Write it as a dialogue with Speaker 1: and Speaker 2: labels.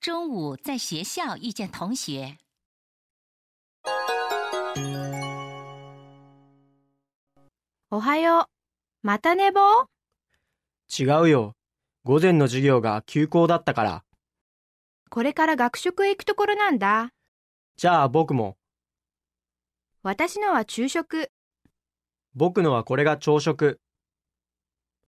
Speaker 1: 中午在学校遇见同学。
Speaker 2: おはよう。また寝坊
Speaker 3: 違うよ。午前の授業が休校だったから。
Speaker 2: これから学食へ行くところなんだ。
Speaker 3: じゃあ僕も。
Speaker 2: 私のは昼食。
Speaker 3: 僕のはこれが朝食。